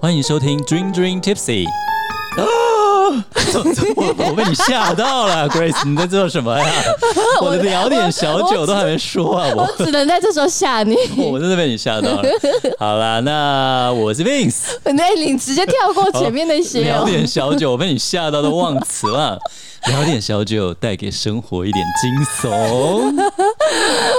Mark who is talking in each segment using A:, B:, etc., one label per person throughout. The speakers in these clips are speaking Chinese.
A: 欢迎收听 Dream Dream Tipsy。我啊 我被你吓到 了，Grace，你在做什么呀？ 我的聊点小酒都还没说啊，我
B: 我只能在这时候吓 你。
A: 我真的被你吓到 了。好啦，那我是 Vince，
B: 那你直接跳过前面那些
A: 聊
B: 哦。
A: 点小酒，我被你吓到都忘词 了。聊点小酒，带给生活一点惊悚。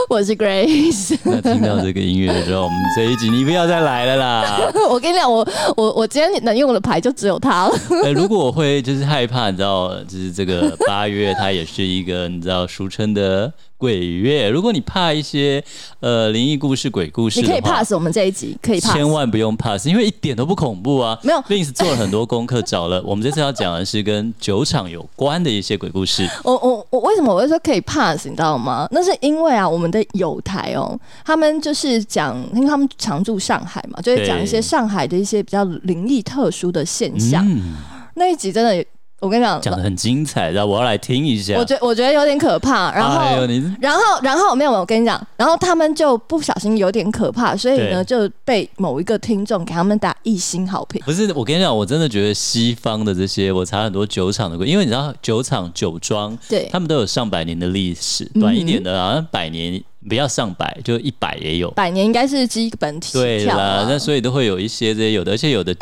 B: 我是 Grace，
A: 那听到这个音乐之后，我们这一集你不要再来了啦。
B: 我跟你讲，我我我今天能用的牌就只有它了。
A: 呃，如果我会就是害怕，你知道，就是这个八月，它也是一个你知道俗称的鬼月。如果你怕一些呃灵异故事、鬼故事
B: 你
A: 的
B: 可
A: 话，
B: 以 pass 我们这一集，可以 pass。
A: 千万不用 pass，因为一点都不恐怖啊。
B: 没有
A: v i n c 做了很多功课，找了我们这次要讲的是跟酒厂有关的一些鬼故 事。
B: 我我我为什么我会说可以 pass，你知道吗？那是因为啊，我们的友台哦，他们就是讲，因为他们常驻上海嘛，就会讲一些
A: 对
B: 上海的一些比较灵异特殊的现象。
A: 嗯，
B: 那一集真的，我跟你讲，
A: 讲的很精彩，然后我要来听一下
B: 我。觉我觉得有点可怕。然后、
A: 哎呦，你
B: 然后，然后没有，我跟你讲，然后他们就不小心有点可怕，所以呢就被某一个听众给他们打一星好评。
A: 不是我跟你讲，我真的觉得西方的这些，我查很多酒厂的鬼，因为你知道酒厂酒庄
B: 对
A: 他，们都有上百年的历史，短一点的好像百年，不要上百，就一百也有。
B: 百年应该是基本起
A: 对
B: 跳
A: 啦
B: 啊，
A: 那所以都会有一些这些有的，而且有的酒，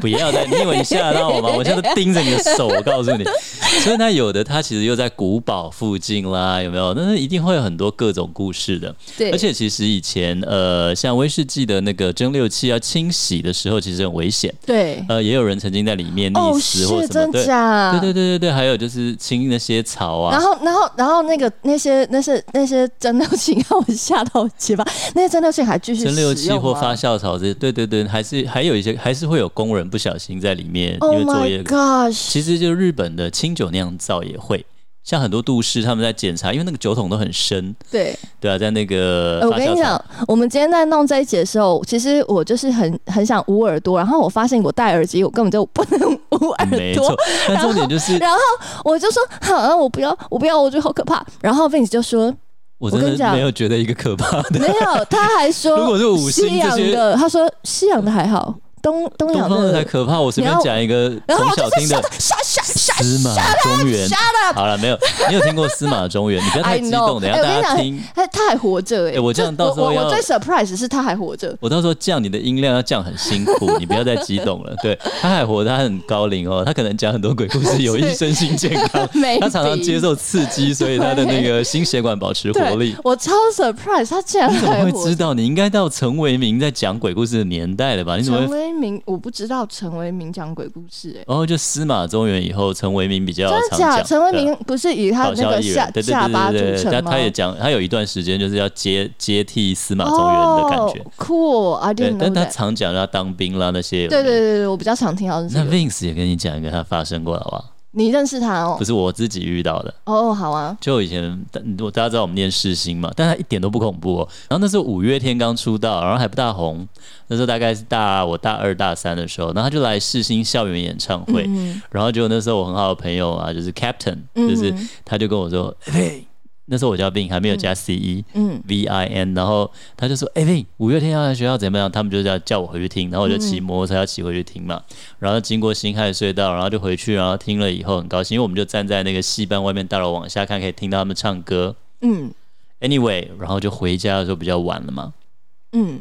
A: 不要再，你以为你吓到我吗？我现在都盯着你的手，我告诉 你。所以那有的它其实又在古堡附近啦，有没有？那一定会有很多各种故事的。
B: 对，
A: 而且其实以前呃，像威士忌的那个蒸馏器要清洗的时候，其实很危险。
B: 对，
A: 呃，也有人曾经在里面
B: 哦
A: 溺呃死或
B: 是
A: 什
B: 真
A: 么，对，
B: 假？
A: 对对对对对，还有就是清那些草啊
B: 然，后，然后，然后那个那些那些那些蒸馏器让我吓到结巴， 那些蒸馏器还继续
A: 蒸馏
B: 使
A: 器
B: 用啊
A: 或
B: 吗
A: 发酵槽这些，对对对，还是还有一些还是会有工人不小心在里面因
B: Oh
A: 为作业
B: my。gosh！
A: 其实就日本的清酒酿造也会，像很多杜氏他们在检查，因为那个酒桶都很深，
B: 对，
A: 对啊，在那个
B: 呃我
A: 发
B: 跟
A: 酵
B: 你
A: 槽
B: 讲，我们今天在弄这一集的时候，其实我就是很很想捂耳朵，然后我发现我戴耳机，我根本就不能捂耳
A: 嗯没
B: 朵
A: 错，，但重点就是
B: 然后我就说好、啊，我不要，我不要，我觉得好可怕。然后 Vince 就说
A: 我
B: 我跟
A: 真
B: 你
A: 的
B: 讲
A: 没有觉得一个可怕的。
B: 没有，他还说
A: 如果是五星
B: 西洋
A: 这些
B: 的，他说西洋的还好，东东
A: 东
B: 洋
A: 方的才
B: 的。
A: 可怕，我随便
B: 然后
A: 讲一个
B: 然后
A: 从小
B: 我就是
A: 听
B: 吓
A: 的
B: 到吓吓吓
A: 司马中原。好了，没有，你有听过司马中原？你不要太
B: I
A: 激
B: know，
A: 动，等一下
B: 哎我跟
A: 大
B: 你
A: 家
B: 讲
A: 听。
B: 他他还活着哎、
A: 哎我这样
B: 就
A: 到时候
B: 我我
A: 要
B: 我最 surprise 是他还活着，。
A: 我到时候降你的音量要降很辛苦，你不要再激动了。对他还活，他很高龄哦，他可能讲很多鬼故事，有益身心健康
B: 没
A: 啊他常常
B: 底
A: 接受刺激，所以他的那个心血管保持活力
B: 对。，我超 surprise 他竟然
A: 你怎么
B: 还
A: 会
B: 活
A: 知
B: 着。
A: 道？你应该到陈为民在讲鬼故事的年代了吧？你怎么
B: 陈
A: 会？
B: 为民，我不知道陈为民讲鬼故事哎、
A: 然后就司马中原以后，陈为民比较
B: 真的
A: 常
B: 假？
A: 讲。
B: 陈为
A: 对啊
B: 民不是以他
A: 搞
B: 那
A: 笑
B: 个
A: 艺
B: 下
A: 人，对对
B: 下巴
A: 对
B: 著
A: 对对
B: 称
A: 对，他
B: 吗？
A: 他也讲，他有一段时间就是要接接替司马中原的感觉
B: 哦，酷、i
A: 对
B: didn't，know
A: 但他
B: that。
A: 常讲他当兵啦那些有
B: 对对
A: 的，
B: 对对，我比较常听到的是这
A: 那
B: 个。
A: Vince 也跟你讲一个他发生过好不好？
B: 你认识他哦
A: 不？是我自己遇到的，
B: 哦，好啊，
A: 就以前但我大家知道我们念世新嘛，但他一点都不恐怖哦。然后那时候五月天刚出道，然后还不大红，那时候大概是大我大二大三的时候，然后他就来世新校园演唱会，
B: 嗯，
A: 然后结果那时候我很好的朋友啊，就是 Captain，就是
B: 嗯
A: 他就跟我说，嘿，那时候我叫 Vin 还没有加 C E，
B: 嗯
A: V I N，然后他就说：“哎、喂，五月天要来学校怎么样？”他们就叫叫我回去听，然后我就
B: 嗯
A: 骑摩托车要骑回去听嘛。然后经过辛亥隧道，然后就回去，然后听了以后很高兴，因为我们就站在那个戏班外面大楼往下看，可以听到他们唱歌。
B: 嗯
A: Anyway，然后就回家的时候比较晚了嘛，
B: 嗯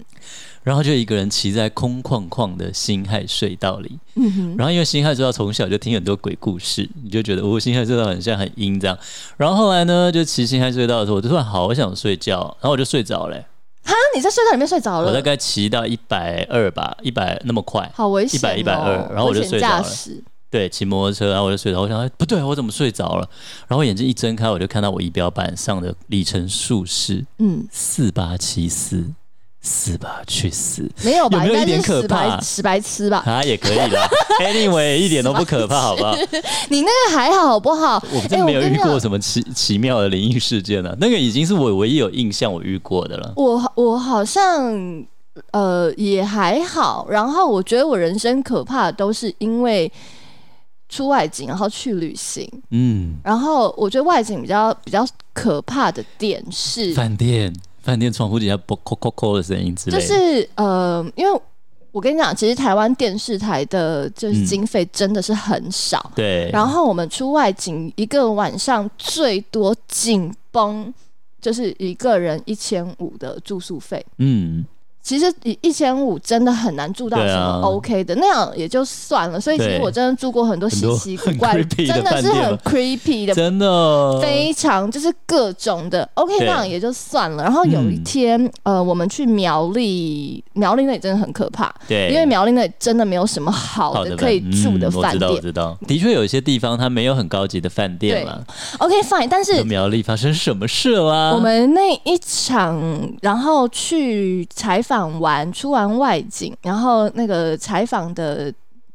A: 然后就一个人骑在空旷旷的辛亥隧道里，
B: 嗯哼，
A: 然后因为辛亥隧道从小就听很多鬼故事，你就觉得哦，辛亥隧道很像很阴这样。然后后来呢，就骑辛亥隧道的时候，我就突然好想睡觉，然后我就睡着了欸、
B: 哈，你在隧道里面睡着
A: 我大
B: 了，
A: 概骑到一百二吧，一百那么快，
B: 好危险、哦，
A: 100 120然后我就
B: 危险
A: 睡着了
B: 驾驶
A: 对，骑摩托车，然后我就睡着。我想，哎，不对，我怎么睡着了？然后眼睛一睁开，我就看到我仪表板上的里程数是
B: 嗯，
A: 四八七四，四八去四，
B: 没有
A: 有
B: 吧？
A: 没有
B: 应该
A: 一点
B: 是
A: 可
B: 死
A: 怕
B: 白死白痴吧？
A: 啊，也可以 啦。anyway，一点都不可怕，好不好？
B: 你那个还好好不好？
A: 我
B: 哎
A: 真没有遇。
B: 我跟
A: 过
B: 你讲
A: 什么奇奇妙的灵异事件了、那个已经是我唯一有印象我遇过的了。
B: 我我好像呃也还好，然后我觉得我人生可怕的都是因为出外景，然后去旅行，
A: 嗯，
B: 然后我觉得外景比较比较可怕的点是，
A: 饭店饭店窗户底下啵扣扣扣的声音之类
B: 就
A: 的，
B: 是呃，因为。我跟你讲，其实台湾电视台的就是经费真的是很少，
A: 对，
B: 然后我们出外景一个晚上最多紧绷就是一个人一千五的住宿费。
A: 嗯，
B: 其实一一千五真的很难住到
A: 对啊
B: 什么 OK 的，那样也就算了。所以其实
A: 对
B: 我真的住过很多稀奇古怪，
A: 很多很 creepy 的
B: 真
A: 饭
B: 的是
A: 店
B: 很
A: 吗
B: creepy 的，
A: 真的，
B: 非常就是各种的 OK，
A: 对
B: 那样也就算了。然后有一
A: 嗯
B: 天，呃，我们去苗栗，苗栗那里真的很可怕，
A: 对，
B: 因为苗栗那里真的没有什么好
A: 好
B: 的
A: 的
B: 哦可以住的
A: 的
B: 饭
A: 嗯我知道，我
B: 店。
A: 知道，的确有一些地方它没有很高级的饭店嘛。
B: OK fine，但
A: 那
B: 是
A: 苗栗发生什么事啦？
B: 我们那一场，然后去采访完，出完外景，然后那个采访的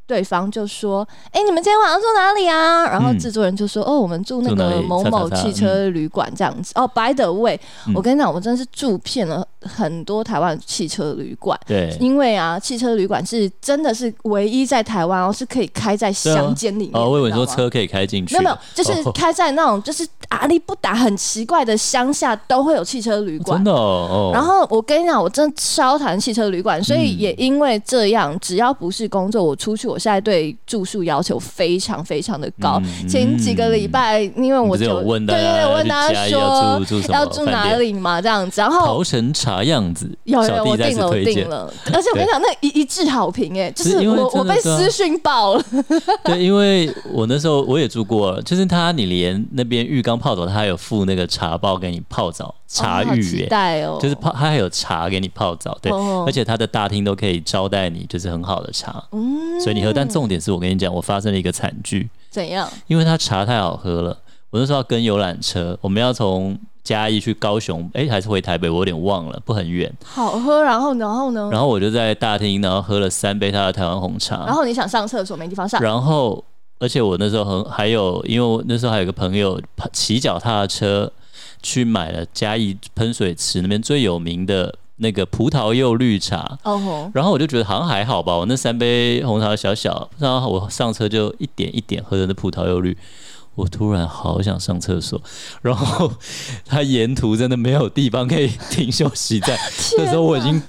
B: 对方就说：“哎、你们今天晚上住哪里啊？”然后
A: 嗯
B: 制作人就说：“哦，我们住那
A: 住哪
B: 个
A: 里
B: 某
A: 叉叉
B: 某
A: 叉
B: 汽车旅馆这样子。”哦，by the way，、
A: 嗯
B: 我跟你讲，我真的是住遍了很多台湾汽车旅馆。
A: 对哦
B: 因为啊，汽车旅馆是真的是唯一在台湾哦，是可以开在
A: 啊
B: 乡间里面。
A: 哦，我以为你说
B: 你知道吗
A: 车可以开进去，
B: 没有没有，就是
A: 哦
B: 开在那种就是阿里不达很奇怪的乡下，都会有汽车旅馆
A: 真。的哦。哦
B: 然后我跟你讲，我真的超讨厌汽车旅馆，所以也因为这样，只要不是工作，我出去，我现在对住宿要求非常非常的高。
A: 嗯
B: 前几个礼拜，因为
A: 你
B: 我
A: 不是
B: 就
A: 有问大
B: 对
A: 家
B: 对对，我问
A: 去
B: 大家
A: 嘉义要
B: 说
A: 住住什么
B: 要住
A: 饭
B: 哪
A: 店
B: 里嘛，这样子。然后
A: 桃城茶样子，
B: 有有
A: 小
B: 有，
A: 弟
B: 我
A: 再
B: 定
A: 次
B: 了，我
A: 推
B: 定
A: 荐。
B: 了， 而且我跟你讲，那一一致好评哎，就是
A: 因为
B: 我我
A: 真的
B: 被
A: 是啊
B: 私讯爆了，
A: 对，因为我那时候我也住过，就是他你连那边浴缸泡澡，他还有附那个茶包给你泡澡，茶
B: 哦 好
A: 浴
B: 期
A: 耶、
B: 待哦，
A: 就是泡，他还有茶给你泡澡，对，
B: 哦
A: 而且他的大厅都可以招待你，就是很好的茶，
B: 嗯
A: 所以你喝。但重点是我跟你讲，我发生了一个惨剧，
B: 怎样？
A: 因为他茶太好喝了，我那时候要跟游览车，我们要从嘉义去高雄，哎、还是回台北，我有点忘了，不很远。
B: 好喝，然后然后呢？
A: 然后我就在大厅，然后喝了三杯他的台湾红茶，
B: 哦然后你想上厕所没地方上，
A: 然后，而且我那时候很还有，因为我那时候还有个朋友他骑脚踏车去买了嘉义喷水池那边最有名的那个葡萄柚绿茶。
B: 哦吼，
A: 然后我就觉得好像还好吧，我那三杯红茶小小，然后我上车就一点一点喝的那葡萄柚绿，我突然好想上厕所， 然后他沿途真的没有地方可以停休息 站，那时候我已经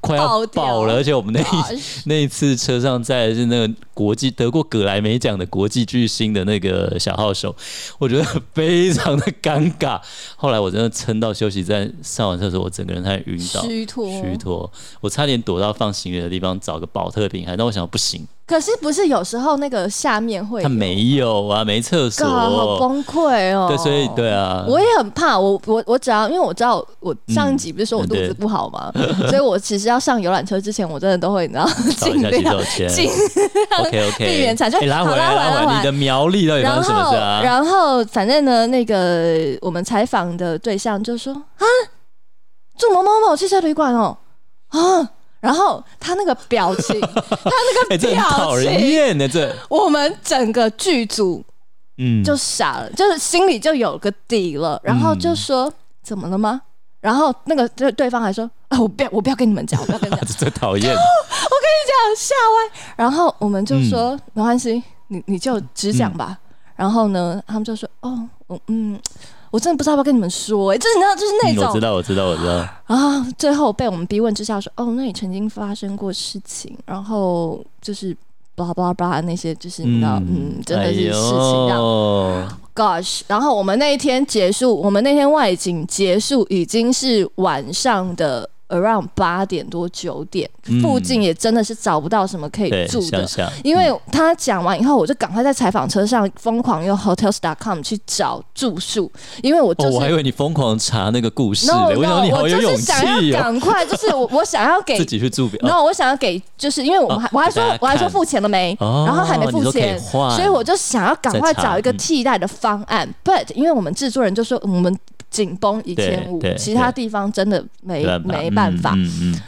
A: 快要
B: 爆掉
A: 爆了，而且我们那一
B: 天哪
A: 那一次车上载的是那个国际得过格莱美奖的国际巨星的那个小号手，我觉得非常的尴尬。后来我真的撑到休息站上完厕所，我整个人太晕倒。
B: 虚脱，
A: 虚脱，我差点躲到放行李的地方找个保特瓶，还但我想不行，
B: 可是不是有时候那个下面会
A: 他
B: 有，
A: 没有啊，没厕所
B: 哎干，好崩溃哦。
A: 对，所以对。啊，
B: 我也很怕，我我我只要因为我知道我上一集不是说我肚子
A: 嗯对
B: 不好嘛，所以我其实要上游览车之前，我真的都会你知道
A: 找一
B: 尽
A: 下洗
B: 量
A: 手间
B: 尽
A: ，OK OK，
B: 避免产生
A: 哎拉
B: 好
A: 回来，
B: 拉回来
A: 拉
B: 拉回来
A: 你的苗栗到底发
B: 然
A: 生什么
B: 后
A: 事啊？
B: 然后反正呢，那个我们采访的对象就说啊，住某某某汽车旅馆哦，啊，然后他那个表 情，他那
A: 哎，
B: 个
A: 这很讨
B: 表
A: 人
B: 情，
A: 厌的，这
B: 我们整个剧组
A: 嗯，嗯
B: 就傻了，就是心里就有个底了，然后就说、怎么了吗？然后那个对对方还说啊，我不要，我不要跟你们讲，我不要跟你们 讲。
A: 这最讨厌。
B: 吓歪。啊然后我们就说、
A: 嗯
B: 没关系，你你就只讲吧。然后呢，他们就说哦，我嗯，我真的不知道要不要跟你们说、欸，就是你知道，就是
A: 嗯
B: 那
A: 我知
B: 种、
A: 道，我知道，我知道。
B: 啊。最后被我们逼问之下说，哦，那你曾经发生过事情，然后就是。巴拉巴拉巴拉那些就是你知道，嗯，真的是事
A: 哎
B: 情让、
A: 让
B: gosh。然后我们那一天结束，我们那天外景结束已经是晚上的 around 八点多九点，
A: 嗯
B: 附近也真的是找不到什么可以
A: 对
B: 住的
A: 乡，下，
B: 因为他讲完以后，我就赶快在采访车上疯狂用 hotels.com 去找住宿，因为我就
A: 哦，我还以
B: 是。
A: 为你疯狂查那个故事
B: no
A: 嘞，我想
B: no，
A: 你好
B: 我
A: 有
B: 就
A: 勇
B: 是想
A: 气
B: 要
A: 哦，
B: 赶快，就是我我想要 给
A: 自己去住别。哦
B: 然后我想要给，就是因为我们还、我还说
A: 给大家看
B: 我还说付钱了没，
A: 哦
B: 然后还没
A: 你
B: 付
A: 说可以
B: 钱，
A: 换
B: 所以我就想要赶快
A: 再查
B: 找一个
A: 嗯
B: 替代的方案。But 因为我们制作人就说我们紧绷一千五
A: 对，对
B: 其他地方真的没没办法，
A: 嗯嗯，嗯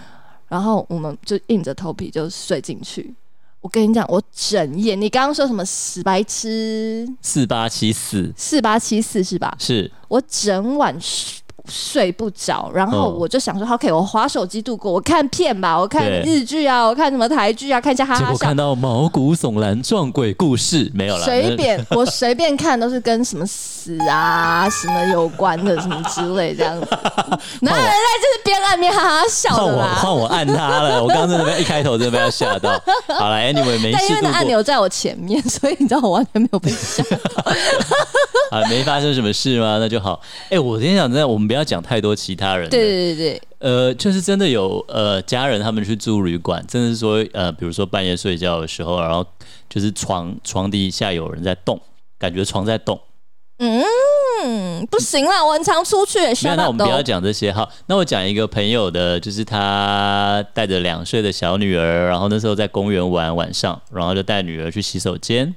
B: 然后我们就硬着头皮就睡进去。我跟你讲，我整夜，你刚刚说什么死白痴
A: 四八七四
B: 四八七四是吧？
A: 是
B: 我整晚睡睡不着，然后我就想说、o k 我划手机度过，我看片吧，我看
A: 哦对
B: 日剧啊，我看什么台剧啊，看一下哈
A: 结
B: 哈
A: 果
B: 笑
A: 看。到毛骨悚然撞鬼故事没有啦，
B: 随
A: 那
B: 便我随便看都是跟什么死啊什么有关的什么之类 这样子，哪有人在就是边按边哈哈笑
A: 换
B: 的
A: 我
B: 啦？
A: 换我按他 了，我刚刚真的被一开头真的被他吓到。好了，anyway 没
B: 但因
A: 事
B: 为
A: 度
B: 那按
A: 过
B: 钮在我前面， 所以你知道我完全 没有被吓。
A: 啊，没发生什么事吗？那就好。哎、我今天想真的，我们不要讲太多其他人的。
B: 对对对对，
A: 呃，就是真的有呃家人他们去住旅馆，真的是说呃，比如说半夜睡觉的时候，然后就是床床底下有人在动，感觉床在动。
B: 嗯，不行啦，我很常出去，
A: 没有，
B: 吓
A: 那
B: 到
A: 我们
B: 都
A: 不。要讲这些。好，那我讲一个朋友的，就是他带着两岁的小女儿，然后那时候在公园玩，晚上，然后就带女儿去洗手间，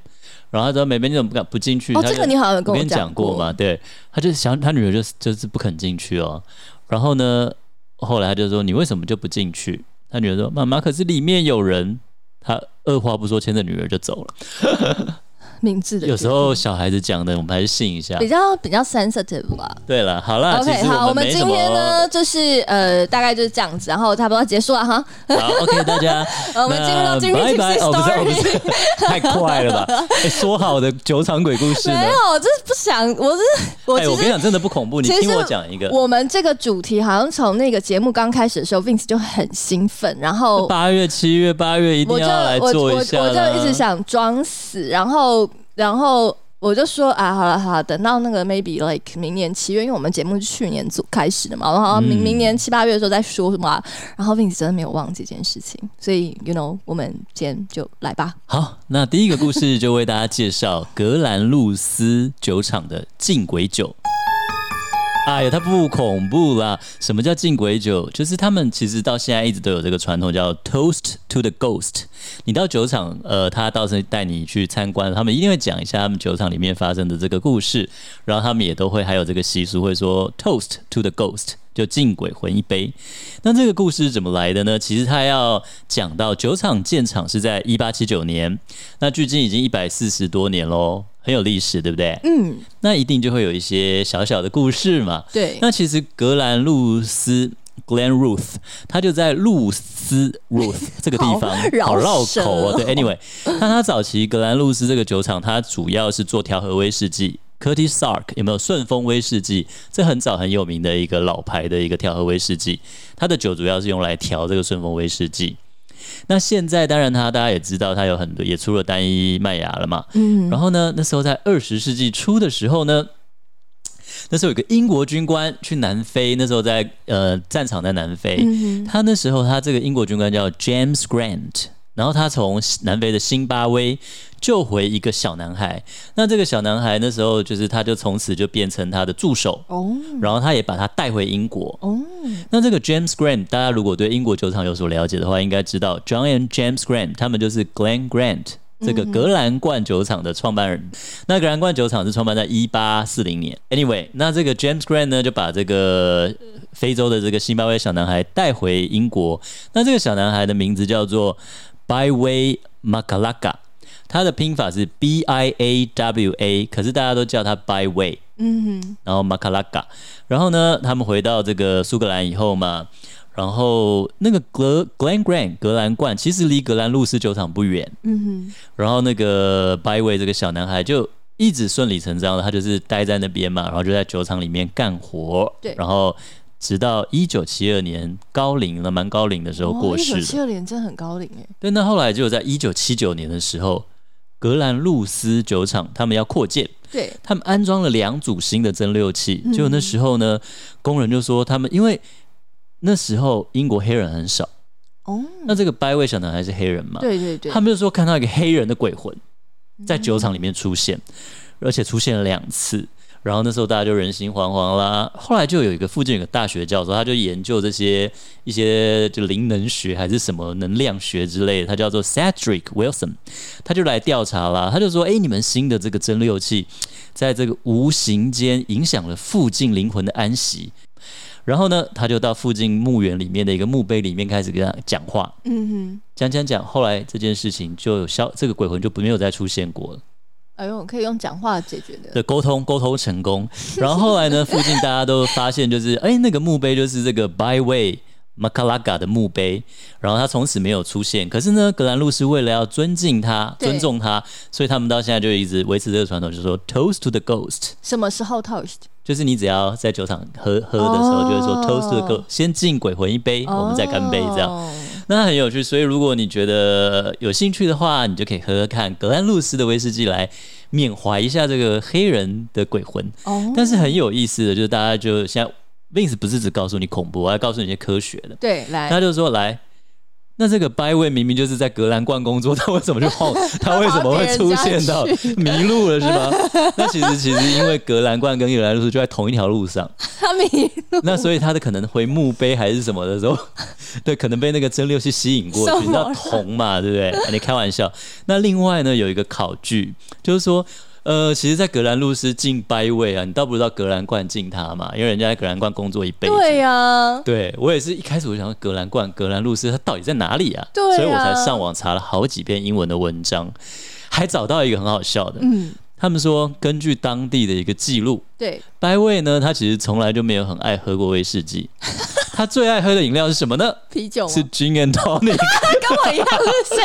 A: 然后他说：“妹妹，你怎么不敢不进去？”
B: 哦
A: 他就
B: 这个你好像有跟我
A: 跟你讲
B: 讲过
A: 嘛？对，他就想他女儿就是就是不肯进去哦。然后呢，后来他就说：“你为什么就不进去？”他女儿说：“妈妈，可是里面有人。”他二话不说牵着女儿就走了。
B: 明智的决定，
A: 有时候小孩子讲的，我们还是信一下
B: 比。较比较 sensitive 吧。
A: 对了，好了，啊其
B: OK，
A: 实
B: 好，我
A: 们
B: 们
A: 没
B: 今
A: 什么。
B: 天呢，就是呃，大概就是这样子，然后差不多结束了哈。
A: 好，OK，大 家，
B: 呃我们进入到今
A: 拜
B: 天
A: 拜
B: tipsy
A: 哦，不是，哦
B: story
A: 不是，太快了 吧？哎说好的酒场鬼故事呢
B: 没？哎有，我就是不想，我是我
A: 哎，我跟你
B: 其实。
A: 讲，真的不恐怖，你
B: 其实
A: 听我讲一个。
B: 我们这个主题好像从那个节目刚开始的时候，Vince 就很兴奋，然后
A: 八月、七月、八月一定
B: 我就
A: 要来
B: 我我
A: 做
B: 我
A: 一下啦
B: 就一直想装死，然后然后我就说啊，好了好了，等到那个 maybe like 明年七月，因为我们节目是去年组开始的嘛，然后
A: 嗯
B: 明明年七八月的时候再说嘛。然后 Vince 真的没有忘记这件事情，所以 you know 我们今天就来吧。
A: 好，那第一个故事就为大家介绍格兰露斯酒厂的敬鬼酒。哎呀，它不恐怖啦！什么叫敬鬼酒？就是他们其实到现在一直都有这个传统，叫 toast to the ghost。你到酒厂，呃，他到时候带你去参观，他们一定会讲一下他们酒厂里面发生的这个故事，然后他们也都会还有这个习俗，会说 toast to the ghost，就敬鬼魂一杯。那这个故事是怎么来的呢？其实它要讲到酒厂建厂是在一八七九年，那距今已经一百四十多年喽，很有历史，对不对？
B: 嗯，
A: 那一定就会有一些小小的故事嘛。
B: 对，
A: 那其实格兰露丝 （Glen Ruth） 它就在露丝 （Ruth） 这个地方，好
B: 绕
A: 绕
B: 舌
A: 口哦。
B: 哦
A: 对，Anyway，那它早期格兰露丝这个酒厂，它主要是做调和威士忌。Curtis Sark 有没有顺风威士忌？这很早很有名的一个老牌的一个调和威士忌，它的酒主要是用来调这个顺风威士忌。那现在当然它大家也知道，它有很多也出了单一麦芽了嘛。
B: 嗯，
A: 然后呢，那时候在二十世纪初的时候呢，那时候有个英国军官去南非，那时候在呃战场在南非，
B: 嗯
A: 他那时候他这个英国军官叫 James Grant，然后他从南非的辛巴威救回一个小男孩，那这个小男孩那时候就是他就从此就变成他的助手，
B: 哦
A: 然后他也把他带回英国，
B: 哦，
A: 那这个 James Grant，大家如果对英国酒厂有所了解的话，应该知道 John and James Grant，他们就是 Glen Grant 这个格兰冠酒厂的创办人。那格兰冠酒厂是创办在一八四零年。Anyway，那这个 James Grant 呢，就把这个呃非洲的这个辛巴威小男孩带回英国。那这个小男孩的名字叫做 Byway Makalaka，他的拼法是 B I A W A，可是大家都叫他 Byway。
B: 嗯
A: 然后马卡拉嘎，然后呢，他们回到这个苏格兰以后嘛，然后那个格 Glen Grant 格兰冠其实离格兰路斯酒厂不远，
B: 嗯
A: 然后那个 Byway 这个小男孩就一直顺理成章的，他就是待在那边嘛，然后就在酒厂里面干活，
B: 对
A: 然后直到一九七二年高龄了，蛮高龄的时候过世的，
B: 哦七二年真的很高龄哎，
A: 对，那后来就在一九七九年的时候，格兰路斯酒厂他们要扩建。
B: 对，
A: 他们安装了两组新的蒸馏器，结果那时候呢，工人就说他们因为那时候英国黑人很少，
B: 哦，
A: 那这个掰位小男孩是黑人嘛，
B: 对对对，
A: 他们就说看到一个黑人的鬼魂在酒厂里面出现，而且出现了两次。然后那时候大家就人心惶惶啦。后来就有一个附近有个大学教授，他就研究这些一些就灵能学还是什么能量学之类的，他叫做 Cedric Wilson，他就来调查啦。他就说：“哎，你们新的这个蒸馏器，在这个无形间影响了附近灵魂的安息。”然后呢，他就到附近墓园里面的一个墓碑里面开始跟他讲话。
B: 嗯
A: 讲讲讲，后来这件事情就有消，这个鬼魂就不没有再出现过了。
B: 哼，哎呦，可以用讲话解决的。
A: 对，沟通沟通成功。然后后来呢，附近大家都发现，就是哎、那个墓碑就是这个 Byway Makalaga 的墓碑，然后他从此没有出现。可是呢，格兰路是为了要尊敬他、
B: 对
A: 尊重他，所以他们到现在就一直维持这个传统，就是说 Toast to the Ghost。
B: 什么时候 toast？
A: 就是你只要在酒厂喝喝的时候，就会说
B: 哦
A: toast to the ghost，先敬鬼魂一杯，我们再干杯这样。
B: 哦
A: 那很有趣，所以如果你觉得呃有兴趣的话，你就可以喝喝看格兰路斯的威士忌来缅怀一下这个黑人的鬼魂。
B: 哦，
A: 但是很有意思的，就是大家就现在 Vince 不是只告诉你恐怖，我还告诉你一些科学的。
B: 对，来，
A: 他就说来。那这个 by way 明明就是在格兰冠工作，他为什么就晃？他为什么会出现到迷路了是吗？那其实其实因为格兰冠跟格兰路斯就在同一条路上，
B: 他们也
A: 那所以他的可能回墓碑还是什么的时候， 对，可能被那个蒸馏器吸引过去，你知道铜嘛，对不对？你开玩笑。那另外呢，有一个考据，就是说。呃，其实，在格兰路斯敬拜位啊，你倒不如到格兰冠敬他嘛，因为人家在格兰冠工作一辈子。
B: 对啊呀、
A: 对我也是一开始我想说格兰冠、格兰路斯它到底在哪里啊？
B: 对啊
A: 所以我才上网查了好几篇英文的文章，还找到一个很好笑的，
B: 嗯，
A: 他们说根据当地的一个记录，
B: 对，
A: 拜位呢，他其实从来就没有很爱喝过威士忌， 他最爱喝的饮料是什么呢？
B: 啤酒嘛
A: 是 gin and tonic。
B: 跟我一样是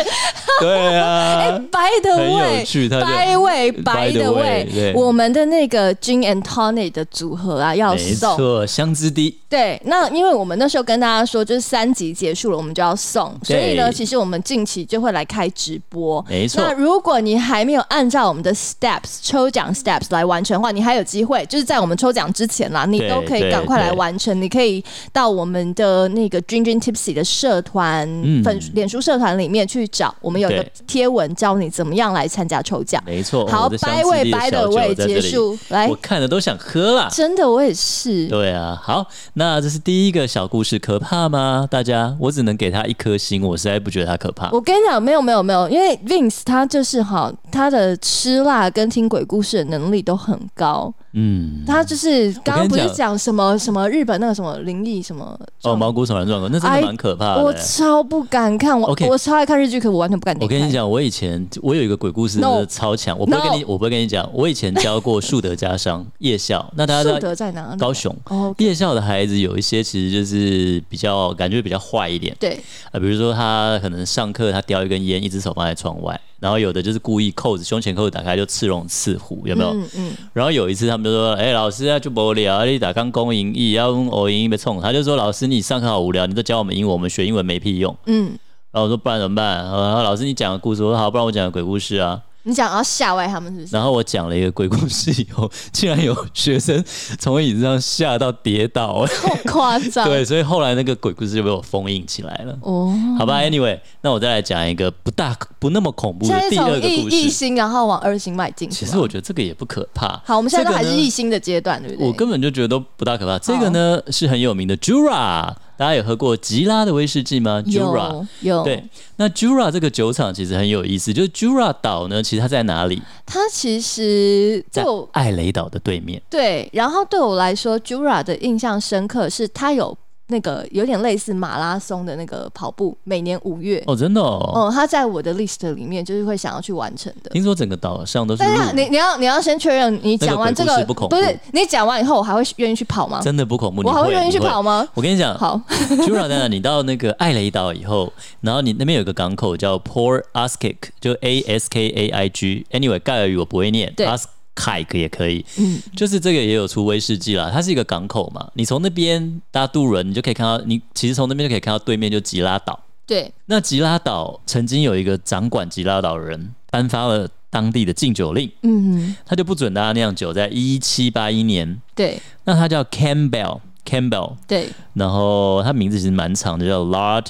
A: 对啊，
B: 白 的
A: 很有
B: 味。
A: 趣，他就
B: 白味
A: by
B: 白
A: the
B: 的
A: way，对
B: 味，我们的那个 gin and tonic 的组合啊，要
A: 没
B: 送
A: 错，香知滴。
B: 对，那因为我们那时候跟大家说，就是三级结束了，我们就要送，所以呢，
A: 对
B: 其实我们近期就会来开直播。
A: 没错
B: 那如果你还没有按照我们的 steps 抽奖 steps 来完成的话，你还有机会，就是在我们抽奖之前啦，你
A: 对
B: 都可以
A: 对
B: 赶快来
A: 对
B: 完成。你可以到我们的那个 Dream Dream Tipsy 的社团
A: 嗯
B: 粉脸书社团里面去找，我们有一个
A: 对
B: 贴文教你怎么样来参加抽奖。
A: 没错，
B: 好，
A: 我的香
B: 掰
A: 知
B: 位
A: 滴的小
B: 掰的
A: 酒
B: 位
A: 在这
B: 结
A: 里，
B: 束，来
A: 我，看了都想喝啦。
B: 真的我也是。
A: 对啊，好，那这是第一个小故事，可怕吗？大家，我只能给他一颗星，我实在不觉得他可怕。
B: 我跟你讲，没有没有没有，因为 Vince 他就是哈，他的吃辣跟听鬼故事的能力都很高。
A: 嗯，
B: 他就是刚刚不
A: 我
B: 是
A: 跟你
B: 讲什么什么日本那个什么灵异什么
A: 哦，毛骨悚然状况，那真的
B: 哎
A: 蛮可怕的。
B: 我超不敢看，我
A: OK
B: 我超爱看日剧，可我完全不敢点
A: 我
B: 开。
A: 跟你讲，我以前我有一个鬼故事
B: No
A: 真的超强，我不会跟你
B: No
A: 我不会跟你讲，我以前教过树德家商夜校，那大家
B: 树
A: 知道
B: 德在哪里？
A: 高雄。
B: 哦，
A: 夜校的孩子有一些其实就是比较感觉比较坏一点
B: 对，
A: 啊、呃比如说他可能上课他叼一根烟，一只手放在窗外，然后有的就是故意扣子胸前扣子打开就刺龙刺虎，有没有？
B: 嗯嗯，
A: 然后有一次他们就说：“哎、老师啊，就无聊，啊你打刚公英译，要用欧英译被冲。”他就说：“老师，你上课好无聊，你都教我们英文，我们学英文没屁用。”
B: 嗯，
A: 然后我说不然怎么办？然后老师你讲个故事，我说好，不然我讲个鬼故事啊。
B: 你想要吓歪他们是 不是？
A: 然后我讲了一个鬼故事以后，竟然有学生从我椅子上吓到跌倒。
B: 好夸张。
A: 对，所以后来那个鬼故事就被我封印起来了。
B: 哦，
A: 好吧，Anyway，那我再来讲一个不大不那么恐怖
B: 现
A: 的
B: 在是
A: 第二
B: 从
A: 个
B: 异
A: 故
B: 异
A: 事。
B: 星，然后往二星迈进。
A: 其实
B: 是吧
A: 我觉得这个也不可怕。
B: 好，我们现在都还
A: 这
B: 是
A: 个呢
B: 异星的阶段，对不对？
A: 我根本就觉得都不大可怕。这个呢是很有名的 Jura，大家有喝过吉拉的威士忌吗？Jura，
B: 有有
A: 对，那 Jura 这个酒厂其实很有意思，就是 Jura 岛呢，其实它在哪里？
B: 它其实
A: 在
B: 就
A: 艾雷岛的对面。
B: 对，然后对我来说，Jura 的印象深刻是它有那个有点类似马拉松的那个跑步，每年五月，
A: 哦，真的哦，
B: 哦、它在我的 list 里面就是会想要去完成的。
A: 听说整个岛上都是
B: 但
A: 路
B: 是你你要你要先确认，你讲完这
A: 那个鬼
B: 个
A: 故事不恐怖
B: 是你讲完以后，我还会愿意去跑吗？
A: 真的不恐怖，你
B: 我还
A: 会
B: 愿意去跑。
A: 你
B: 吗？
A: 我跟你讲
B: 好，
A: ，Jura 在哪？你到那个艾雷岛以后，然后你那边有个港口叫 Port Askik，就 A S K A I G。Anyway，盖尔语我不会念
B: 对
A: ，Ask。Kike 也可以，
B: 嗯
A: 就是这个也有出威士忌啦。它是一个港口嘛，你从那边搭渡轮，你就可以看到，你其实从那边就可以看到对面就吉拉岛。
B: 对，
A: 那吉拉岛曾经有一个掌管吉拉岛的人颁发了当地的禁酒令，
B: 嗯，
A: 他就不准大家酿酒。在一七八一年，
B: 对
A: 那他叫 Campbell Campbell，
B: 对，
A: 然后他名字其实蛮长的，叫 Lord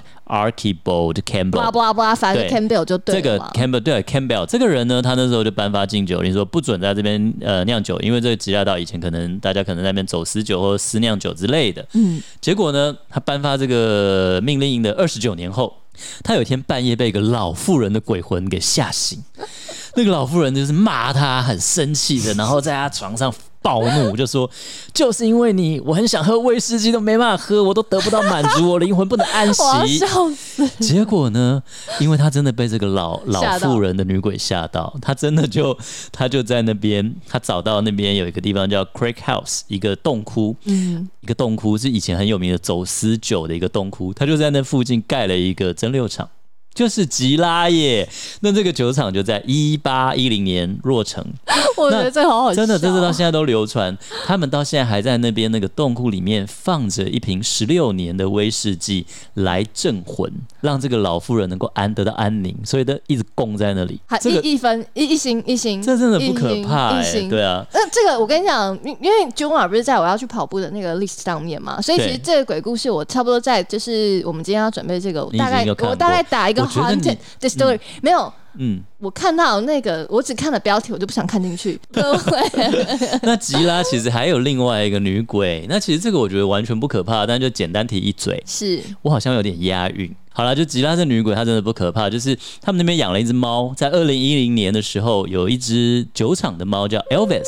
A: Archibald
B: 不啦
A: Campbell。
B: 不啦不啦，反正
A: 对
B: Campbell 就对
A: 这
B: 了
A: 个
B: 嘛
A: Campbell 对 Campbell 这个人呢，他那时候就颁发禁酒令，说不准在这边呃酿酒，因为这个吉拉岛以前可能大家可能在那边走私酒或私酿酒之类的。
B: 嗯，
A: 结果呢，他颁发这个命令的二十九年后，他有一天半夜被一个老妇人的鬼魂 给吓醒。那个老妇人就是骂他，很生气的，然后在他床上暴 怒，就说就是因为你，我很想喝威士忌都没办法喝，我都得不到满足，我灵魂不能安 息。
B: 我要笑死！
A: 结果呢，因为他真的被这个老老
B: 吓到
A: 妇人的女鬼吓到，他真的就他就在那边，他找到那边有一个地方叫 Creek House，一个洞窟，
B: 嗯，
A: 一个洞窟是以前很有名的走私酒的一个洞窟，他就在那附近盖了一个蒸馏厂。就是吉拉耶，那这个酒厂就在一八一零年落成，
B: 我觉得这个好好笑，哦
A: 真的，真的到现在都流传，他们到现在还在那边那个洞窟里面放着一瓶十六年的威士忌来镇魂，让这个老妇人能够安得到安宁，所以都一直供在那里
B: 还。
A: 这个
B: 一一分一一星一星，
A: 这真的不可怕
B: 一
A: 哎、
B: 星一星
A: 对啊，
B: 那呃这个我跟你讲，因因为 j u n 不是在我要去跑步的那个 list 上面嘛，所以其
A: 对
B: 实这个鬼故事我差不多在就是我们今天要准备这个，我
A: 你已经
B: 大概
A: 有看过
B: 我大概打一个
A: 我觉得 你
B: haunted the story，、没有，
A: 嗯，
B: 我看到那个我只看了标题，我就不想看进去。各位，
A: 那吉拉其实还有另外一个女鬼，那其实这个我觉得完全不可怕，但就简单提一嘴，
B: 是
A: 我好像有点押韵。好啦，就吉拉这女鬼，她真的不可怕。就是他们那边养了一只猫，在二零一零年的时候，有一只酒厂的猫叫 Elvis，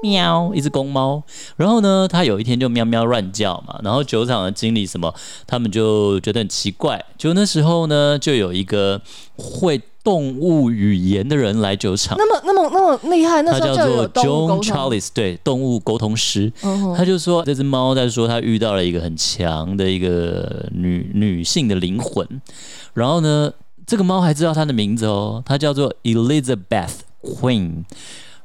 A: 喵，一只公猫。然后呢，它有一天就喵喵乱叫嘛，然后酒厂的经理什么，他们就觉得很奇怪。就那时候呢，就有一个会动物语言的人来酒厂。
B: 那么那么那么厉害，那
A: 他
B: 时候
A: 叫
B: 就有
A: 做
B: 动物
A: John
B: 沟通。
A: Charles，对，动物沟通师。
B: 嗯哼
A: 他就说这只猫在说它遇到了一个很强的一个女女性的灵魂，然后呢，这个猫还知道它的名字哦，它叫做 Elizabeth Queen。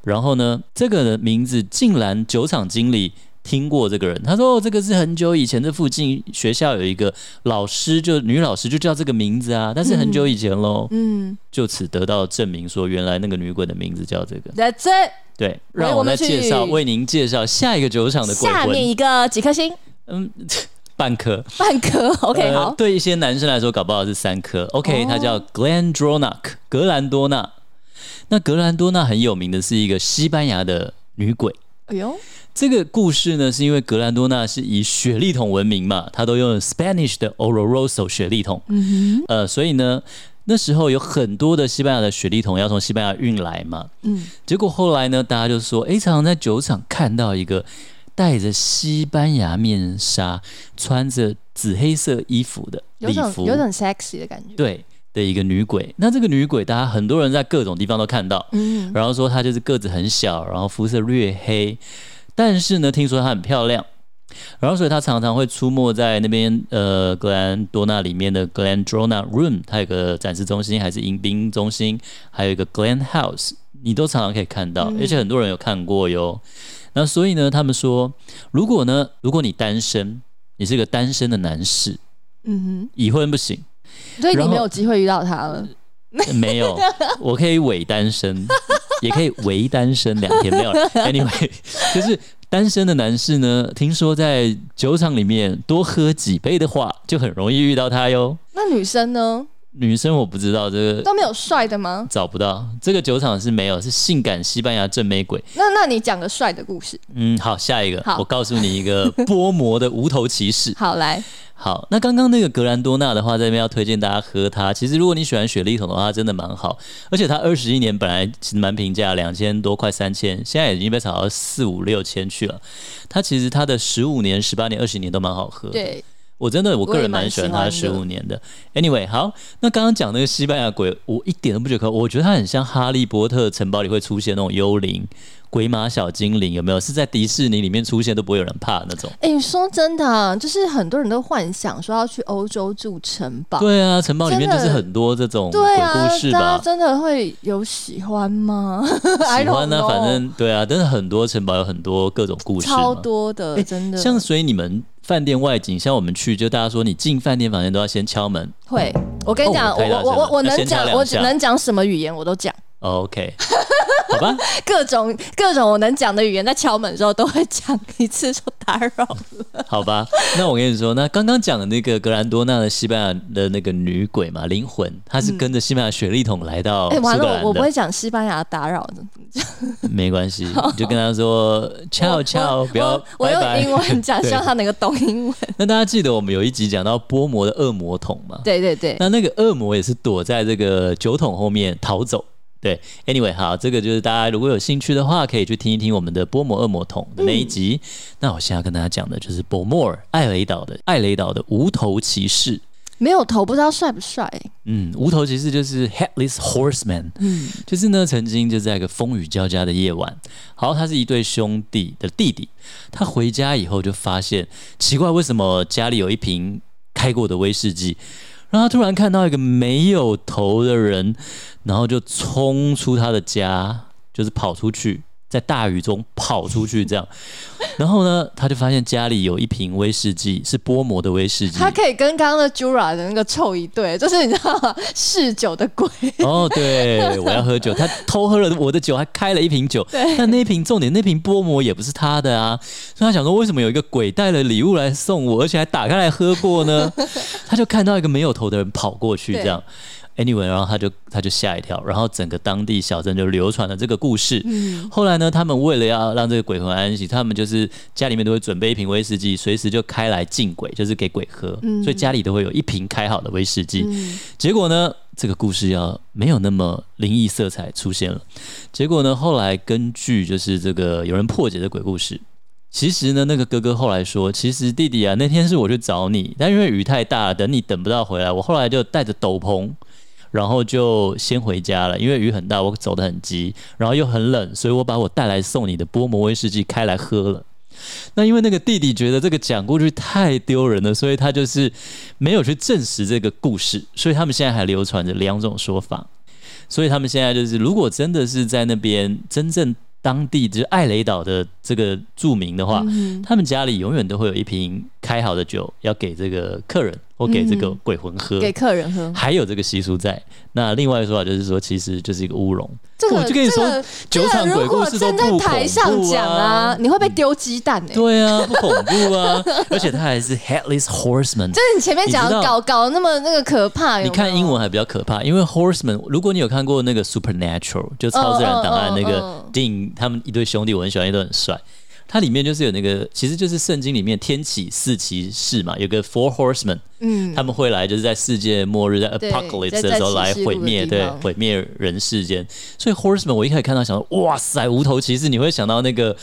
A: 然后呢，这个名字竟然酒厂经理听过这个人，他说、哦、这个是很久以前这附近学校有一个老师就，女老师就叫这个名字啊，但是很久以前喽，
B: 嗯
A: 就此得到证明说原来那个女鬼的名字叫这个。
B: ，That's it。
A: 对，
B: 喂
A: 让
B: 我
A: 我
B: 们
A: 来介绍，
B: 去
A: 为您介绍下一个酒厂的鬼
B: 下面
A: 魂。
B: 一个几颗星，
A: 嗯，半颗。
B: 半颗。OK，
A: 呃
B: 好，
A: 对一些男生来说，搞不好是三颗。OK，、
B: 哦
A: 它叫 Glendronach，格兰多纳。那格兰多纳很有名的是一个西班牙的女鬼。
B: 哎呦，
A: 这个故事呢，是因为格兰多纳是以雪利桶闻名嘛，他都用 Spanish 的 Oloroso 雪利桶，
B: 嗯哼，
A: 呃，所以呢，那时候有很多的西班牙的雪利桶要从西班牙运来嘛，
B: 嗯，
A: 结果后来呢，大家就说，诶，常常在酒厂看到一个戴着西班牙面纱、穿着紫黑色衣服的
B: 有
A: 礼
B: 种
A: 服，
B: 有种 sexy 的感觉。
A: 对的一个女鬼。那这个女鬼，大家很多人在各种地方都看到，
B: 嗯，
A: 然后说她就是个子很小，然后肤色略黑，但是呢，听说她很漂亮。然后，所以她常常会出没在那边，呃，格兰多纳里面的 Glendrona Room，它有个展示中心，还是迎宾中心，还有一个 Glen House，你都常常可以看到，
B: 嗯
A: 而且很多人有看过哟。那所以呢，他们说，如果呢，如果你单身，你是个单身的男士，
B: 嗯
A: 已婚不行，
B: 哼，所以
A: 然
B: 你
A: 后
B: 没有机会遇到他了。
A: 没有，我可以伪单身，也可以伪单身两天没有了。Anyway，就是单身的男士呢，听说在酒厂里面多喝几杯的话，就很容易遇到他哟。
B: 那女生呢？
A: 女生我不知道这个。
B: 都没有帅的吗？
A: 找不到这个酒厂是没有，是性感西班牙正美鬼。
B: 那那你讲个帅的故事。
A: 嗯，好，下一个
B: 好，
A: 我告诉你一个 波魔的无头骑士。
B: 好，来，
A: 好，那刚刚那个格兰多纳的话，在这边要推荐大家喝它。其实如果你喜欢雪莉桶的话，它真的蛮好，而且它二十一年本来其实蛮平价，两千多快三千，现在已经被炒到四五六千去了。它其实它的十五年、十八年、二十年都蛮好喝。，
B: 对，
A: 我真的我个人蛮喜欢它
B: 我也蛮喜
A: 十
B: 欢的
A: 五年的。Anyway，好，那刚刚讲那个西班牙鬼，我一点都不觉得可怕，我觉得它很像哈利波特城堡里会出现那种幽灵、鬼马小精灵，有没有？是在迪士尼里面出现都不会有人怕的那种。
B: 哎、说真的啊、就是很多人都幻想说要去欧洲住城堡。
A: 对啊，城堡里面就
B: 真的
A: 是很多这种鬼
B: 对啊
A: 故，事
B: 大家
A: 吧。
B: 真的会有喜欢吗？I
A: 喜欢呢、
B: don't know
A: 反正对啊，但是很多城堡有很多各种故事嘛
B: 超多的，
A: 诶
B: 真的。
A: 像所以你们饭店外景，像我们去，就大家说你进饭店房间都要先敲门。
B: 会，我跟你讲，
A: 哦
B: 我
A: 我
B: 我我我
A: 要
B: 能
A: 先敲
B: 讲，
A: 两
B: 我
A: 下
B: 能讲什么语言我都讲，
A: 哦 OK，好 吧，
B: 各种各种我能讲的语言，在敲门的时候都会讲一次，说打扰。
A: 哦好吧。那我跟你说，那刚刚讲的那个格兰多纳的西班牙的那个女鬼嘛，灵魂，她是跟着西班牙雪莉桶来到
B: 嗯哎、
A: 苏格
B: 完
A: 兰的。
B: 了，我我不会讲西班牙打扰的。
A: 没关 系，你就跟她说 ciao
B: 我
A: ciao，不要
B: 我我
A: 拜拜
B: 用英文 讲，
A: 对
B: 希 望他能够懂英文。
A: 那大家记得我们有一集讲到波魔的恶魔桶嘛？
B: 对对对，
A: 那那个恶魔也是躲在这个酒桶后面逃走，对，Anyway，好，这个就是大家如果有兴趣的话，可以去听一听我们的《波摩恶魔桶》的那一集。那我现在要跟大家讲的就是博莫尔艾雷岛的艾雷岛的无头骑士。
B: 没有头不知道帅不帅、
A: 嗯，无头骑士就是 Headless Horseman，嗯，就是呢，曾经就在一个风雨交加的夜晚，好，他是一对兄弟的弟弟，他回家以后就发现奇怪，为什么家里有一瓶开过的威士忌，然后他突然看到一个没有头的人，然后就冲出他的家，就是跑出去，在大雨中跑出去这样，然后呢，他就发现家里有一瓶威士忌是波摩的威士忌，
B: 他可以跟刚刚的 Jura 的那个凑一对，就是你知道吗？嗜酒的鬼，
A: 哦，对，我要喝酒，他偷喝了我的酒，还开了一瓶酒。
B: 对
A: 但那一瓶重点，那瓶薄膜也不是他的啊，所以他想说，为什么有一个鬼带了礼物来送我，而且还打开来喝过呢？他就看到一个没有头的人跑过去，这样。Anyway，然后他就他就吓一跳，然后整个当地小镇就流传了这个故事。后来呢，他们为了要让这个鬼魂安息，他们就是家里面都会准备一瓶威士忌，随时就开来敬鬼，就是给鬼喝。所以家里都会有一瓶开好的威士忌。结果呢，这个故事要没有那么灵异色彩出现了。结果呢，后来根据就是这个有人破解的鬼故事，其实呢，那个哥哥后来说，其实弟弟啊，那天是我去找你，但因为雨太大了，等你等不到回来，我后来就带着斗篷。然后就先回家了，因为雨很大，我走得很急，然后又很冷，所以我把我带来送你的波摩威士忌开来喝了。那因为那个弟弟觉得这个讲过去太丢人了，所以他就是没有去证实这个故事，所以他们现在还流传着两种说法。所以他们现在就是，如果真的是在那边真正当地就是艾雷岛的这个著名的
B: 嗯
A: 话，他们家里永远都会有一瓶开好的酒要给这个客人或给这个鬼魂喝，
B: 给客人喝。
A: 还有这个习俗在。那另外一个说法就是说，其实就是一个乌龙。
B: 这个
A: 我就跟你说
B: 这个
A: 酒厂鬼故事都
B: 这个啊
A: 不
B: 如
A: 恐
B: 果站在台上
A: 怖啊
B: 讲啊，你会被丢鸡蛋哎、
A: 对啊，不恐怖啊， 而且他还是 headless horseman。
B: 就是你前面讲
A: 你知道
B: 搞搞那么那个可怕，有没有
A: 你看英文还比较可怕，因为 horseman，如果你有看过那个 supernatural，就超自然档案
B: 嗯嗯嗯
A: 那个
B: 嗯
A: Dean，他们一对兄弟，我很喜欢，也都很帅。它里面就是有那个，其实就是圣经里面天启四骑士嘛，有个 four horsemen，
B: 嗯，
A: 他们会来，就是在世界末日，在
B: 对
A: apocalypse
B: 在
A: 的时候来
B: 在启示录
A: 毁灭，
B: 的地
A: 对，
B: 方
A: 毁灭人世间。所以 horseman 我一开始看到想说，哇塞，无头骑士，你会想到那个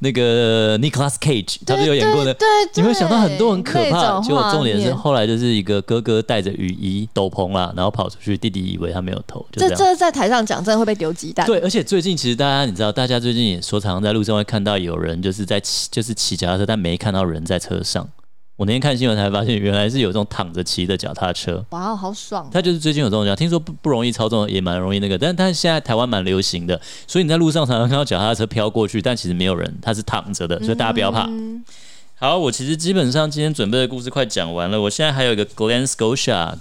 A: 那个 Nicolas Cage，他不是有演过的？
B: 对，
A: 你会想到很多很可怕，结
B: 就
A: 果重点是后来就是一个哥哥带着雨衣、斗篷啦，然后跑出去，弟弟以为他没有头，就这
B: 这
A: 样。
B: 这在台上讲真的会被丢鸡蛋。
A: 对，而且最近其实大家你知道，大家最近也说，常常在路上会看到有人就是在骑，就是骑脚踏车，但没看到人在车上。我那天看新闻才发现，原来是有这种躺着骑的脚踏车。
B: 哇，好爽！
A: 他就是最近有这种讲，听说不不容易操纵，也蛮容易那个，但但现在台湾蛮流行的，所以你在路上常常看到脚踏车飘过去，但其实没有人，它是躺着的，所以大家不要怕。
B: 嗯
A: 好，我其实基本上今天准备的故事快讲完了，我现在还有一个 Glen Scotia，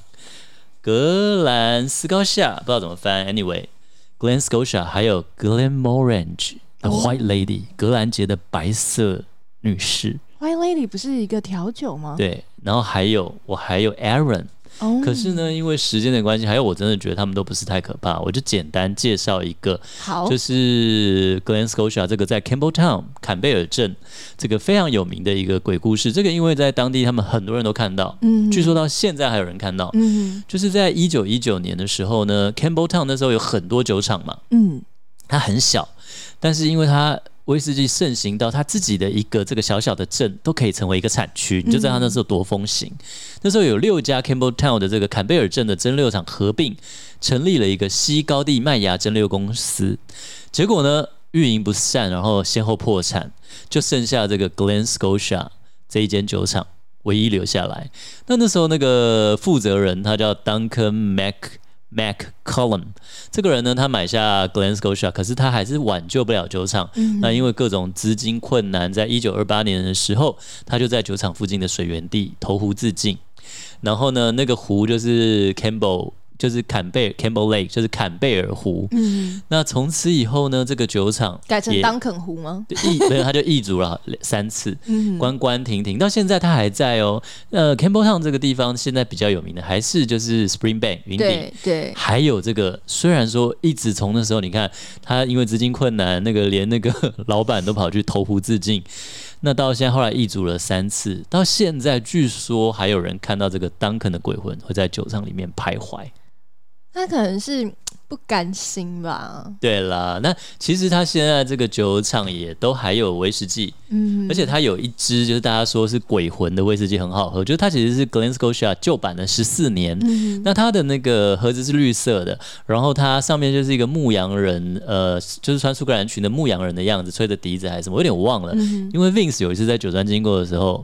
A: 格兰斯高夏，不知道怎么翻，anyway，Glen Scotia 还有 Glen Morange 的 White Lady，、格兰杰的白色女士，
B: White Lady 不是一个调酒吗？
A: 对，然后还有我还有 Aaron。
B: 哦，
A: 可是呢，因为时间的关系，还有我真的觉得他们都不是太可怕，我就简单介绍一个，
B: 好
A: 就，是 Glen Scotia 这个在 Campbelltown 坎贝尔镇这个非常有名的一个鬼故事。这个因为在当地他们很多人都看到，
B: 嗯
A: 据说到现在还有人看到。
B: 嗯
A: 就是在一九一九年的时候呢，Campbelltown 那时候有很多酒厂嘛，
B: 嗯，
A: 它很小，但是因为它威士忌盛行到它自己的一个这个小小的镇都可以成为一个产区，你就知道它那时候多风行。那时候有六家 Campbelltown 的这个坎贝尔镇的蒸馏厂合并，成立了一个西高地麦芽蒸馏公司。结果呢，运营不善，然后先后破产，就剩下这个 Glen Scotia 这一间酒厂。唯一留下来。那那时候那个负责人他叫 Duncan Mac Mac Collum，这个人呢，他买下 Glen Scotia，可是他还是挽救不了酒厂。
B: 嗯
A: 那因为各种资金困难，在一九二八年的时候，他就在酒厂附近的水源地投湖自尽。然后呢，那个湖就是 Campbell，就是坎贝 Campbell Lake，就是坎贝尔湖。嗯，那从此以后呢，这个酒厂
B: 改成
A: 也
B: 当肯湖吗？
A: 易 没有，他就易主了三次，
B: 嗯
A: 关关停停，到现在他还在哦。呃，Campbelltown 这个地方现在比较有名的还是就是 Spring Bank 云顶
B: 对。对，
A: 还有这个，虽然说一直从那时候，你看他因为资金困难，那个连那个 老板都跑去投湖自尽，那到现在后来易主了三次，到现在据说还有人看到这个 Duncan 的鬼魂会在酒厂里面徘徊。
B: 他可能是不甘心吧？
A: 对啦，那其实他现在这个酒厂也都还有威士忌，
B: 嗯
A: 而且它有一支就是大家说是鬼魂的威士忌很好喝，就是它其实是 Glen Scotia 旧版的十四年，
B: 嗯
A: 那它的那个盒子是绿色的，然后它上面就是一个牧羊人，呃，就是穿苏格兰裙的牧羊人的样子，吹着笛子还是什么，我有点忘了，
B: 嗯
A: 因为 Vince 有一次在九川经过的时候。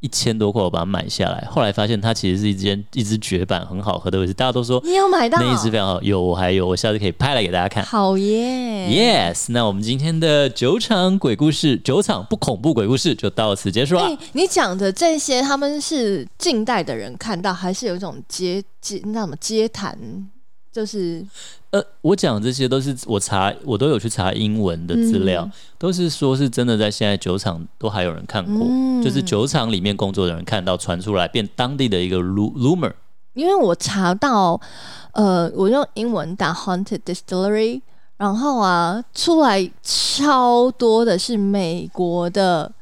A: 一千多块我把它买下来，后来发现它其实是一间一支绝版很好喝的威士忌，大家都说
B: 你有买到？
A: 那一支非常好，有我还有，我下次可以拍来给大家看。
B: 好耶
A: Yes，那我们今天的酒厂鬼故事，酒厂不恐怖鬼故事就到此结束啊
B: 哎、
A: 了。
B: 你讲的这些，他们是近代的人看到，还是有一种街街那什么街谈，就是
A: 呃，我讲这些都是我查，我都有去查英文的资料，
B: 嗯
A: 都是说是真的，在现在酒厂都还有人看过，
B: 嗯
A: 就是酒厂里面工作的人看到传出来，变当地的一个 ru- rumor。
B: 因为我查到，呃，我用英文打 haunted distillery，然后啊，出来超多的是美国的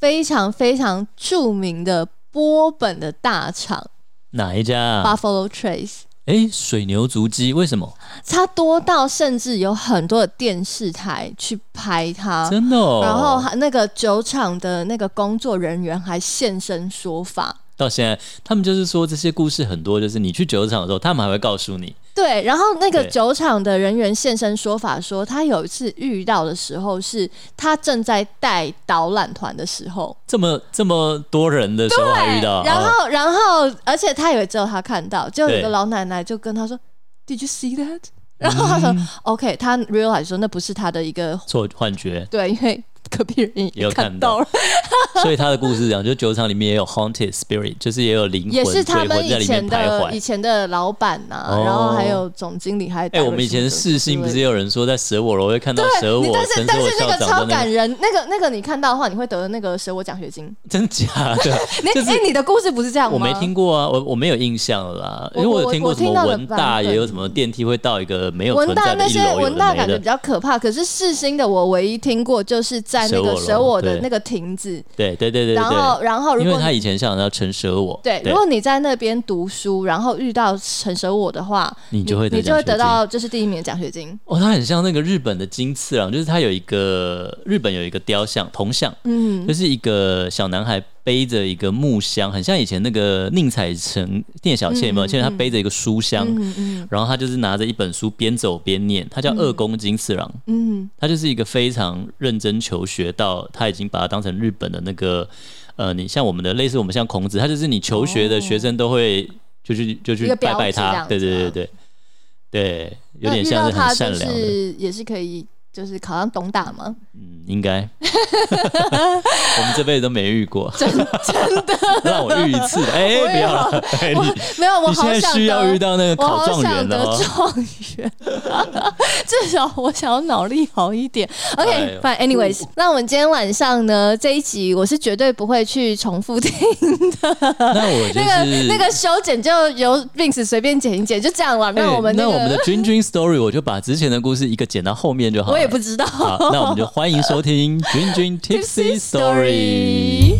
B: 非常非常著名的波本的大厂、
A: 哪一家啊？
B: Buffalo Trace，
A: 哎，水牛足鸡为什么？
B: 它多到甚至有很多的电视台去拍它。
A: 真的、哦？
B: 然后还那个酒厂的那个工作人员还现身说法，
A: 到现在，他们就是说这些故事很多，就是你去酒厂的时候，他们还会告诉你。
B: 对，然后那个
A: 对
B: 酒厂的人员现身说法说，他有一次遇到的时候是他正在带导览团的时候，
A: 这么这么多人的时候还遇到，
B: 然
A: 哦
B: 后然后而且他以为只有他看到，结果有
A: 对
B: 个老奶奶就跟他说，Did you see that？然后他说、OK，他
A: 嗯
B: realize 说那不是他的一个
A: 错幻觉，
B: 对，因为隔壁人
A: 也有
B: 也
A: 看
B: 看
A: 到
B: 到了，
A: 所以他的故事讲，就酒厂里面也有 haunted spirit，就是也有灵魂、
B: 也是他
A: 鬼
B: 们
A: 魂在
B: 以
A: 里
B: 前
A: 面徘
B: 的以
A: 徊。
B: 前的老板呐、
A: 哦
B: 然后还有总经理还
A: 哎、我们以前
B: 试
A: 试
B: 信
A: 性不是也有人说在蛇我楼会看到蛇
B: 对，你
A: 哦我
B: 但，是
A: 神
B: 但
A: 蛇我
B: 是
A: 校
B: 那个超
A: 长在那
B: 感
A: 里，
B: 人，那个那个你看到的话，你会得那个舍我奖学金。
A: 真假的？
B: 你哎、
A: 就是
B: 你的故事不是这样吗？
A: 我没听过啊，我我没有印象了啦，因
B: 我
A: 为有
B: 我
A: 听过
B: 我
A: 什么
B: 听到的
A: 文大
B: 版本
A: 也有什么电梯会到一个没有
B: 文
A: 存
B: 大
A: 在的
B: 那
A: 一
B: 些
A: 楼，有
B: 文大
A: 的
B: 感
A: 没
B: 觉比
A: 的，
B: 较可怕，可是世新的我唯一听过就是在那个
A: 舍
B: 舍
A: 我楼
B: 我的
A: 对
B: 那个亭子，
A: 对对对对
B: 然后
A: 对
B: 然后
A: 对，
B: 如
A: 因为
B: 果
A: 他
B: 你
A: 以前校长叫陈蛇我，
B: 对，如果你在那边读书，然后遇到陈舍我的话，
A: 你就会得
B: 你就会
A: 奖学
B: 得
A: 金
B: 到就是第一名的奖学金。
A: 哦，它很像那个日本的金次郎，就是它有一个日本有一个雕像铜像，
B: 嗯
A: 就，是一个小男孩背着一个木箱，很像以前那个宁采臣、聂小倩有没有？
B: 嗯
A: 现在他
B: 嗯
A: 背着一个书箱，
B: 嗯嗯
A: 然后他就是拿着一本书边走边念，他叫二宫金次郎，
B: 嗯，
A: 他就是一个非常认真求学到他已经把它当成日本的那个呃，你像我们的类似我们像孔子，他就是你求学的
B: 哦
A: 学生都会就去就
B: 一
A: 去
B: 个
A: 拜
B: 标
A: 拜
B: 志这
A: 他，
B: 样
A: 对
B: 子
A: 对对
B: 啊
A: 对对，有
B: 那
A: 点
B: 遇
A: 像
B: 到
A: 是很
B: 他就
A: 善良的。
B: 是也是可以，就是考上东大吗？
A: 嗯，应该，我们这辈子都没遇过，真的让我遇一次，哎、
B: 我也
A: 不要了，哎、你
B: 没有，我
A: 你现
B: 好
A: 在
B: 想
A: 需要
B: 得
A: 遇到那个
B: 我
A: 考
B: 好
A: 状
B: 想
A: 元
B: 得
A: 哦，
B: 状元， 至少我想要脑力好一点。
A: 哎
B: OK，
A: 呦
B: fine。Anyways，那我们今天晚上呢这一集我是绝对不会去重复听，
A: 那我就
B: 那个
A: 是
B: 那个修剪就由 Vince 随便剪一剪，就这样了。
A: 哎
B: 那我们
A: 那我们的
B: 个
A: 君君 story，我就把之前的故事一个剪到后面就好了。
B: 我也不知道。
A: 好，那我们就欢迎收听君 君 Tipsy Story。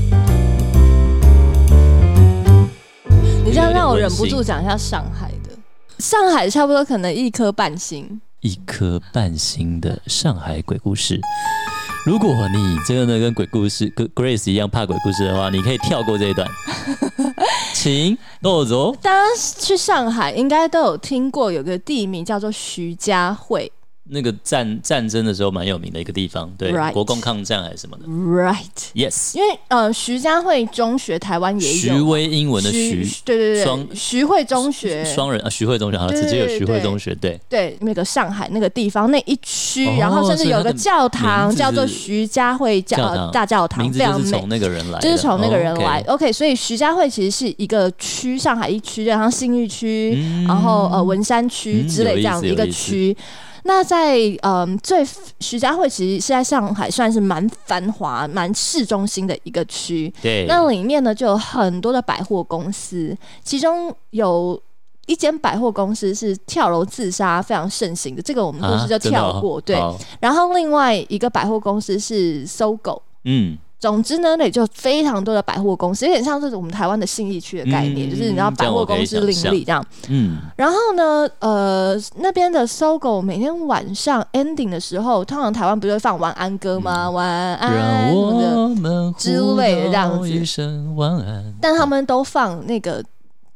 B: 你这样让我忍不
A: 有点温
B: 住
A: 馨
B: 讲一下上海的。上海差不多可能一颗半星，
A: 一颗半星的上海鬼故事。如果你真的跟鬼故事跟 Grace 一样怕鬼故事的话，你可以跳过这 一段，请豆走。
B: 大家去上海应该都有听过有个地名叫做徐家汇
A: 那个战战争的时候蛮有名的一个地方，对
B: Right
A: 国共抗战还是什么的。
B: ，right？
A: Yes，
B: 因为呃，徐家汇中学台湾也
A: 徐
B: 有
A: 威英文的徐，
B: 对对
A: 双
B: 对，徐汇中学，
A: 双人啊，徐汇中学好了，
B: 对
A: 直接有徐汇
B: 对
A: 中学，对，
B: 对那个上海那个地方那一区，
A: 哦
B: 然后甚
A: 所以
B: 至有
A: 它的
B: 个教
A: 名
B: 堂
A: 字
B: 叫做
A: 是
B: 徐家汇教
A: 教
B: 呃
A: 堂
B: 大教堂，
A: 名字
B: 非
A: 就
B: 常
A: 是
B: 美
A: 从。那个人来的，
B: 就是从那个人
A: OK
B: 来，OK，所以徐家汇其实是一个区，上海一区，然后信义区，
A: 嗯
B: 然后呃文山区
A: 嗯
B: 之类
A: 有意
B: 这样
A: 思
B: 的一个
A: 有意思
B: 区。那在嗯最徐家汇其实是在上海算是蛮繁华、蛮市中心的一个区。
A: 对，
B: 那里面呢就有很多的百货公司，其中有一间百货公司是跳楼自杀非常盛行的，这个我们故
A: 啊
B: 事就
A: 真的
B: 跳
A: 哦
B: 过。对，
A: 好
B: 然后另外一个百货公司是搜狗，
A: 嗯，
B: 总之呢，那里就有非常多的百货公司，有点像是我们台湾的信义区的概念，
A: 嗯
B: 就是你知道
A: 这
B: 百
A: 样我
B: 货
A: 可以
B: 公司林
A: 想
B: 立这样。
A: 嗯，
B: 然后呢，呃，那边的搜狗每天晚上 ending 的时候，通常台湾不是会放晚安歌吗？晚安
A: 嗯让
B: 什么的，
A: 我们
B: 之类的这样子
A: 互道一声晚安。
B: 但他们都放那个，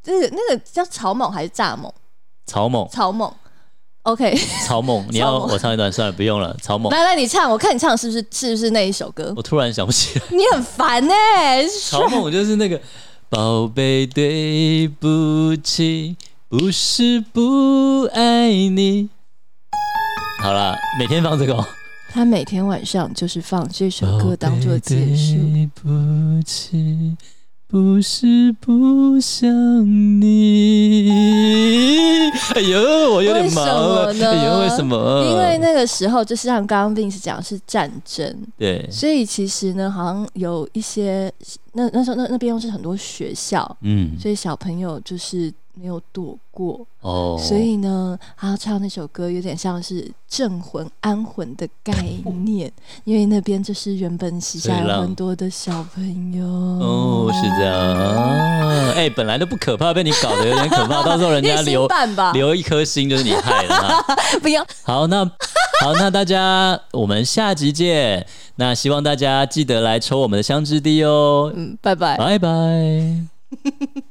B: 就是那个叫草蜢还是蚱蜢？
A: 草蜢，
B: 草蜢。OK，
A: 草蜢，你要
B: 草蜢
A: 我唱一段算了，不用了。草蜢，
B: 来来，你唱，我看你唱的是不是是不是那一首歌？
A: 我突然想不 起来，
B: 你很烦哎、
A: 草蜢就是那个宝贝，对不起，不是不爱你。好啦，每天放这个哦。
B: 他每天晚上就是放这首
A: 哦
B: 歌当做结束。
A: 对不起，不是不想你。哎呦，我有点忙了。
B: 为什么呢
A: 哎呦，为什么？
B: 因为那个时候就是像刚刚 Vince 讲是战争，
A: 对，
B: 所以其实呢，好像有一些那那时候那那边又是很多学校，
A: 嗯，
B: 所以小朋友就是没有躲过，
A: 哦，
B: 所以呢，啊他唱那首歌有点像是镇魂安魂的概念，因为那边就是原本旗下
A: 所以
B: 有
A: 让
B: 很多的小朋友。
A: 哦，是这样。啊哎、本来都不可怕，被你搞得有点可怕，到时候人家
B: 虐心
A: 留
B: 办吧，
A: 留一颗心就是你害的啊。
B: 不要
A: 好，那好，那大家我们下集见。那希望大家记得来抽我们的香之地哦，
B: 嗯，拜拜。
A: 拜拜。